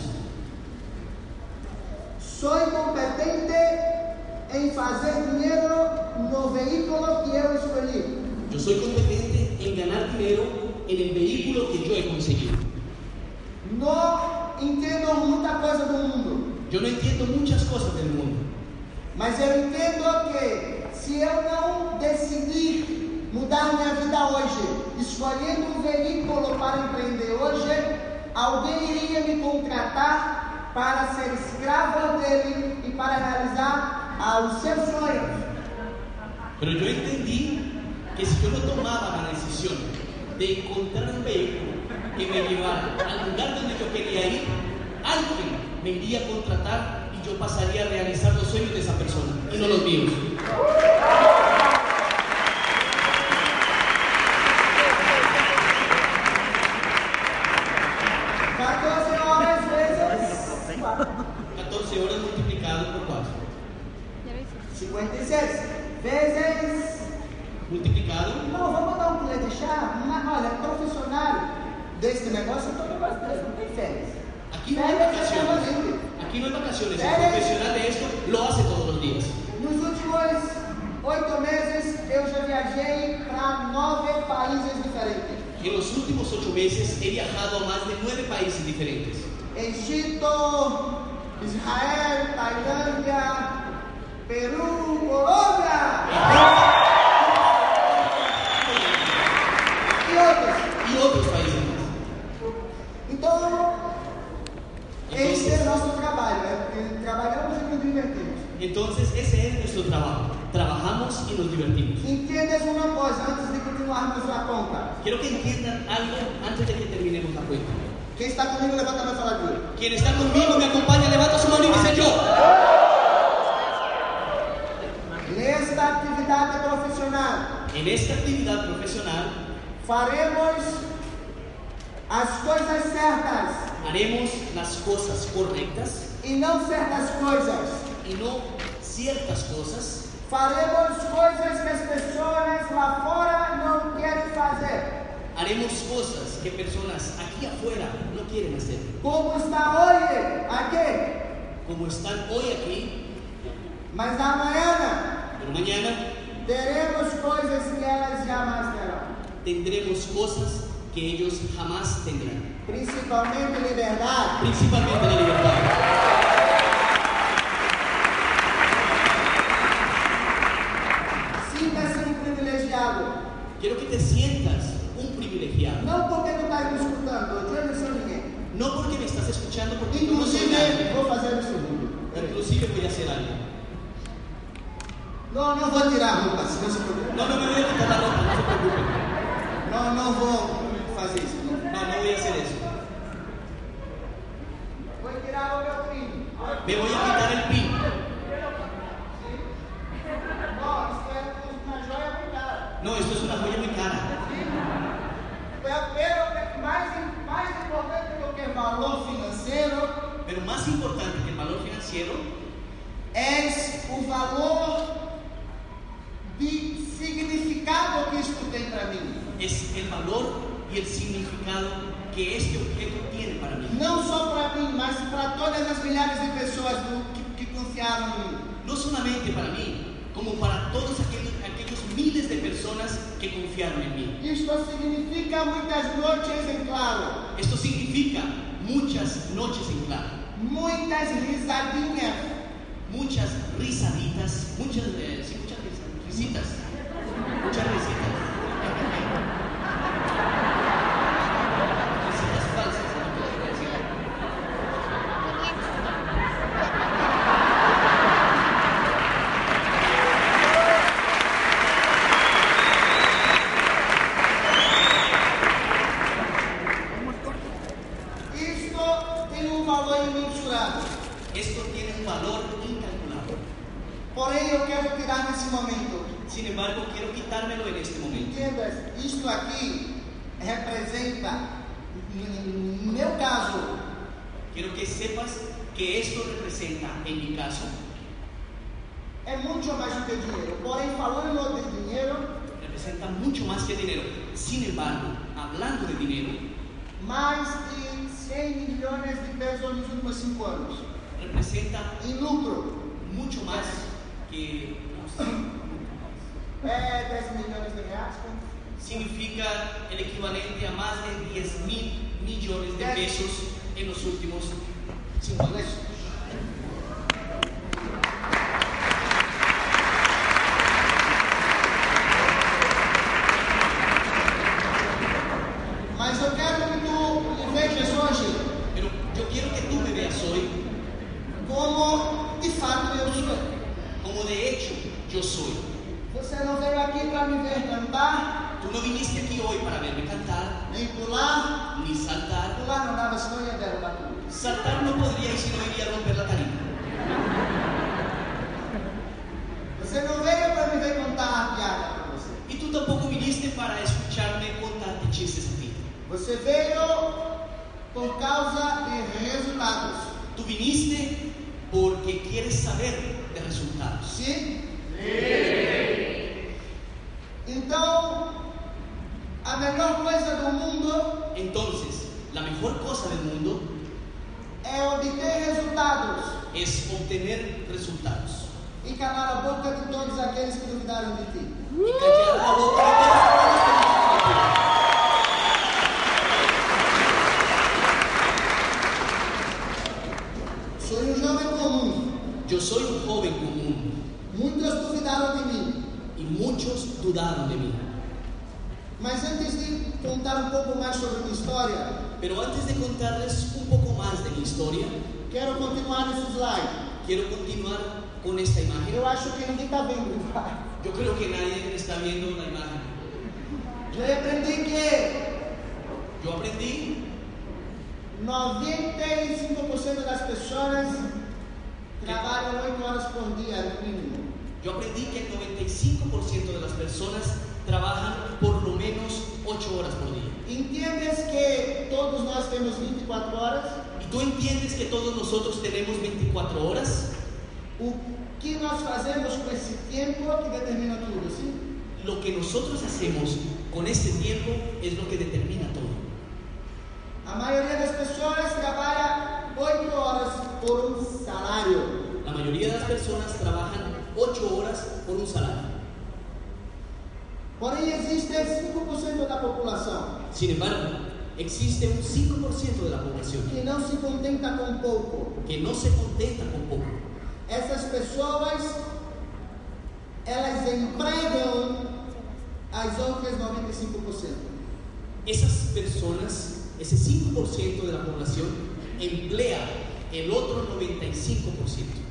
Sou competente em fazer dinheiro no veículo que eu escolhi.
Yo soy competente en ganar dinero en el vehículo que yo he conseguido.
Não entendo muita coisa do mundo,
Yo no entiendo muchas cosas del mundo,
mas eu entendo que se eu não decidir mudar minha vida hoje, escolhendo um veículo para empreender hoje, alguém iria me contratar para ser escravo dele e para realizar ah, os seus sonhos.
Pero yo entendí que si yo no tomaba la decisión de encontrar un vehículo que me llevara al lugar donde yo quería ir, alguien me iría a contratar y yo pasaría a realizar los sueños de esa persona y no los míos.
Cartão senhoras vezes
14 horas multiplicado por 4,
Ya lo hice.
56 vezes.
multiplicado
Não, vamos dar um colher de chá. Mas, olha, profissional desse negócio, eu tô com umas três, não tem férias.
Aquí no hay vacaciones. Aquí no hay vacaciones. El profesional de esto lo hace todos los días.
Nos últimos oito meses, eu já viajei para nove países diferentes.
En los últimos ocho meses he viajado a más de nueve países diferentes.
Egito, Israel, Tailândia, Peru, Colômbia e outros.
Y otros países más.
Então, esse é
Entonces,
o nosso trabalho. é- é- Trabalhamos e nos divertimos.
entonces ese es nuestro trabajo. Trabajamos y nos divertimos.
Entendas uma coisa antes de continuarmos a conta.
Quiero que entiendan algo antes de que terminemos la cuenta.
Quem está comigo, levanta a mão e fala comigo.
Quien está conmigo me acompaña, levanta su mano y dice yo.
Nesta atividade profissional,
En esta actividad profesional
faremos as coisas certas
haremos las cosas correctas
e não certas coisas.
y no ciertas cosas.
Faremos coisas que as pessoas lá fora não querem fazer.
Haremos cosas que personas aquí afuera no quieren hacer.
Como está hoje, aqui,
Como están hoy aquí,
mas amanhã
pero mañana
teremos coisas que elas jamais terão.
tendremos cosas que ellos jamás tendrán.
Principalmente liberdade.
Principalmente la libertad.
Sinta-se um privilegiado.
Quiero que te sientas un privilegiado.
Não porque não está me escutando, eu não sou ninguém.
No porque me estás escuchando, porque tú no soy
Inclusive,
nadie.
vou fazer um segundo. Peraí.
Inclusive voy a hacer algo.
Não, não vou tirar a roupa, se não se preocupe.
No, no me voy a quitar la ropa, no se preocupen.
Não, não vou fazer isso. não.
No, no voy a hacer eso.
Vou tirar o meu filho.
Me voy a quitar el pin.
Não, isso é uma joia cuidada.
No, esto es una joya muy cara.
Pero, pero mais, mais importante do que valor financeiro
Pero más importante que el valor financiero
é o valor de significado que isto tem para mim.
es el valor y el significado que este objeto tiene para mí.
Não só para mim, mas para todas as milhares de pessoas do- que, que confiaram em mim.
No solamente para mí, como para todos aquellos, aquellos miles de personas que confiaron en mí.
Isto significa muitas noites em claro,
Esto significa muchas noches en claro,
muitas risadinhas,
muchas risaditas, muchas, eh, sí, muchas risa- risitas, muchas risitas. Risitas falsas, no podría decirlo.
isto tem um valor imensurável.
Esto tiene un valor incalculable.
Porém, eu quero tirar nesse momento
Sin embargo, quiero quitármelo en este momento.
Entendas, isto aqui representa, n- no meu caso,
Quiero que sepas que esto representa, en mi caso,
é muito mais do que dinheiro. Porém, falando de dinheiro,
representa mucho más que dinero. Sin embargo, hablando de dinero,
mais de 100 milhões de pesos nos últimos 5 anos.
representa
Em lucro,
mucho más que
é 10 milhões de reais. né? com-
significa el equivalente a más de 10 mil millones de pesos en los últimos 5 años.
Mas eu quero que tu me vejas hoje
Pero yo quiero que tú me veas hoy
como de fato eu sou.
como de hecho yo soy.
Você não veio aqui para me ver cantar,
Tú no viniste aquí hoy para verme cantar,
nem pular.
ni saltar.
Pular não dava sonho dela barulho.
Saltar no podría y si no iría a romper la tarima.
Você não veio para me ver contar a piada para você.
Y tú tampoco viniste para escucharme contarte chistes a ti.
Você veio por causa de resultados.
Tú viniste porque quieres saber de resultados.
Sim? Então, a melhor coisa do mundo
Entonces, la mejor cosa del mundo
é obter resultados
es obtener resultados.
e calar a boca de todos aqueles que duvidaram de ti.
Y callar la boca de todos los que no te
Sou um jovem comum.
escuchan. Yo soy un joven común
Muitos duvidaram de mim.
y muchos dudaron de mí.
Mas antes de contar um pouco mais sobre minha história,
Pero antes de contarles un poco más de mi historia,
quero continuar nesse slide.
quiero continuar con esta imagen.
Eu acho que ninguém está vendo. tá?
Yo creo que nadie me está viendo la imagen.
Eu aprendi que
Yo aprendí
95% das pessoas trabalham 8 horas por dia, no mínimo.
Yo aprendí que el 95% de las personas trabajan por lo menos 8 horas por día.
Entendes que todos nós temos 24 horas?
Y tú entiendes que todos nosotros tenemos 24 horas.
O que nós fazemos com esse tempo que determina tudo, sim?
Lo que nosotros hacemos con este tiempo es lo que determina todo.
A maioria das pessoas trabalha 8 horas por um salário.
La mayoría de las personas trabajan 8 horas por un salario.
Porém, existe 5% da população
Sin embargo, existe un 5% de la población
que não se contenta com pouco.
que no se contenta con poco.
Essas pessoas, elas empregam as outras 95%.
Esas personas, ese 5% de la población, emplea el otro 95%.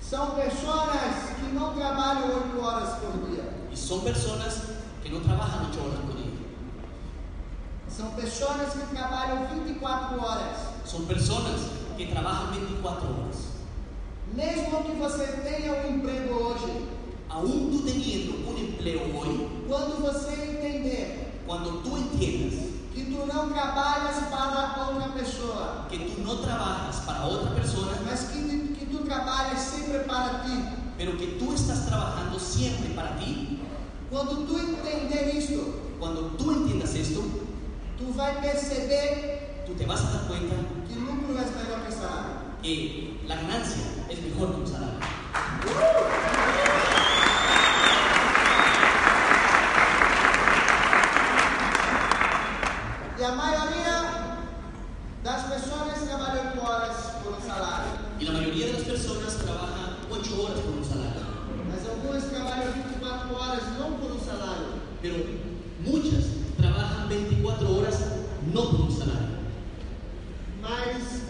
São pessoas que não trabalham 8 horas por dia.
Y son personas que no trabajan ocho horas por día.
São pessoas que trabalham 24 horas.
Son personas que trabajan 24 horas.
Mesmo que você tenha um emprego hoje,
Aún tú teniendo un empleo hoy,
quando você entender
cuando tú entiendas
que tu não trabalhas para outra pessoa,
que tú no trabajas para otra persona,
mas que, que tu trabalhas sempre para ti,
pero que tú estás trabajando siempre para ti,
quando tu entender isso,
cuando tú entiendas esto,
tu vai perceber
tú te vas a dar cuenta
que lucro é melhor que salário.
que la ganancia es mejor que un salario.
E a maioria das pessoas trabalham oito horas por um salário,
Y la mayoría de las personas trabajan ocho horas por un salario.
mas algumas trabalham 24 horas não por um salário.
Pero muchas trabajan 24 horas no por un salario.
Mas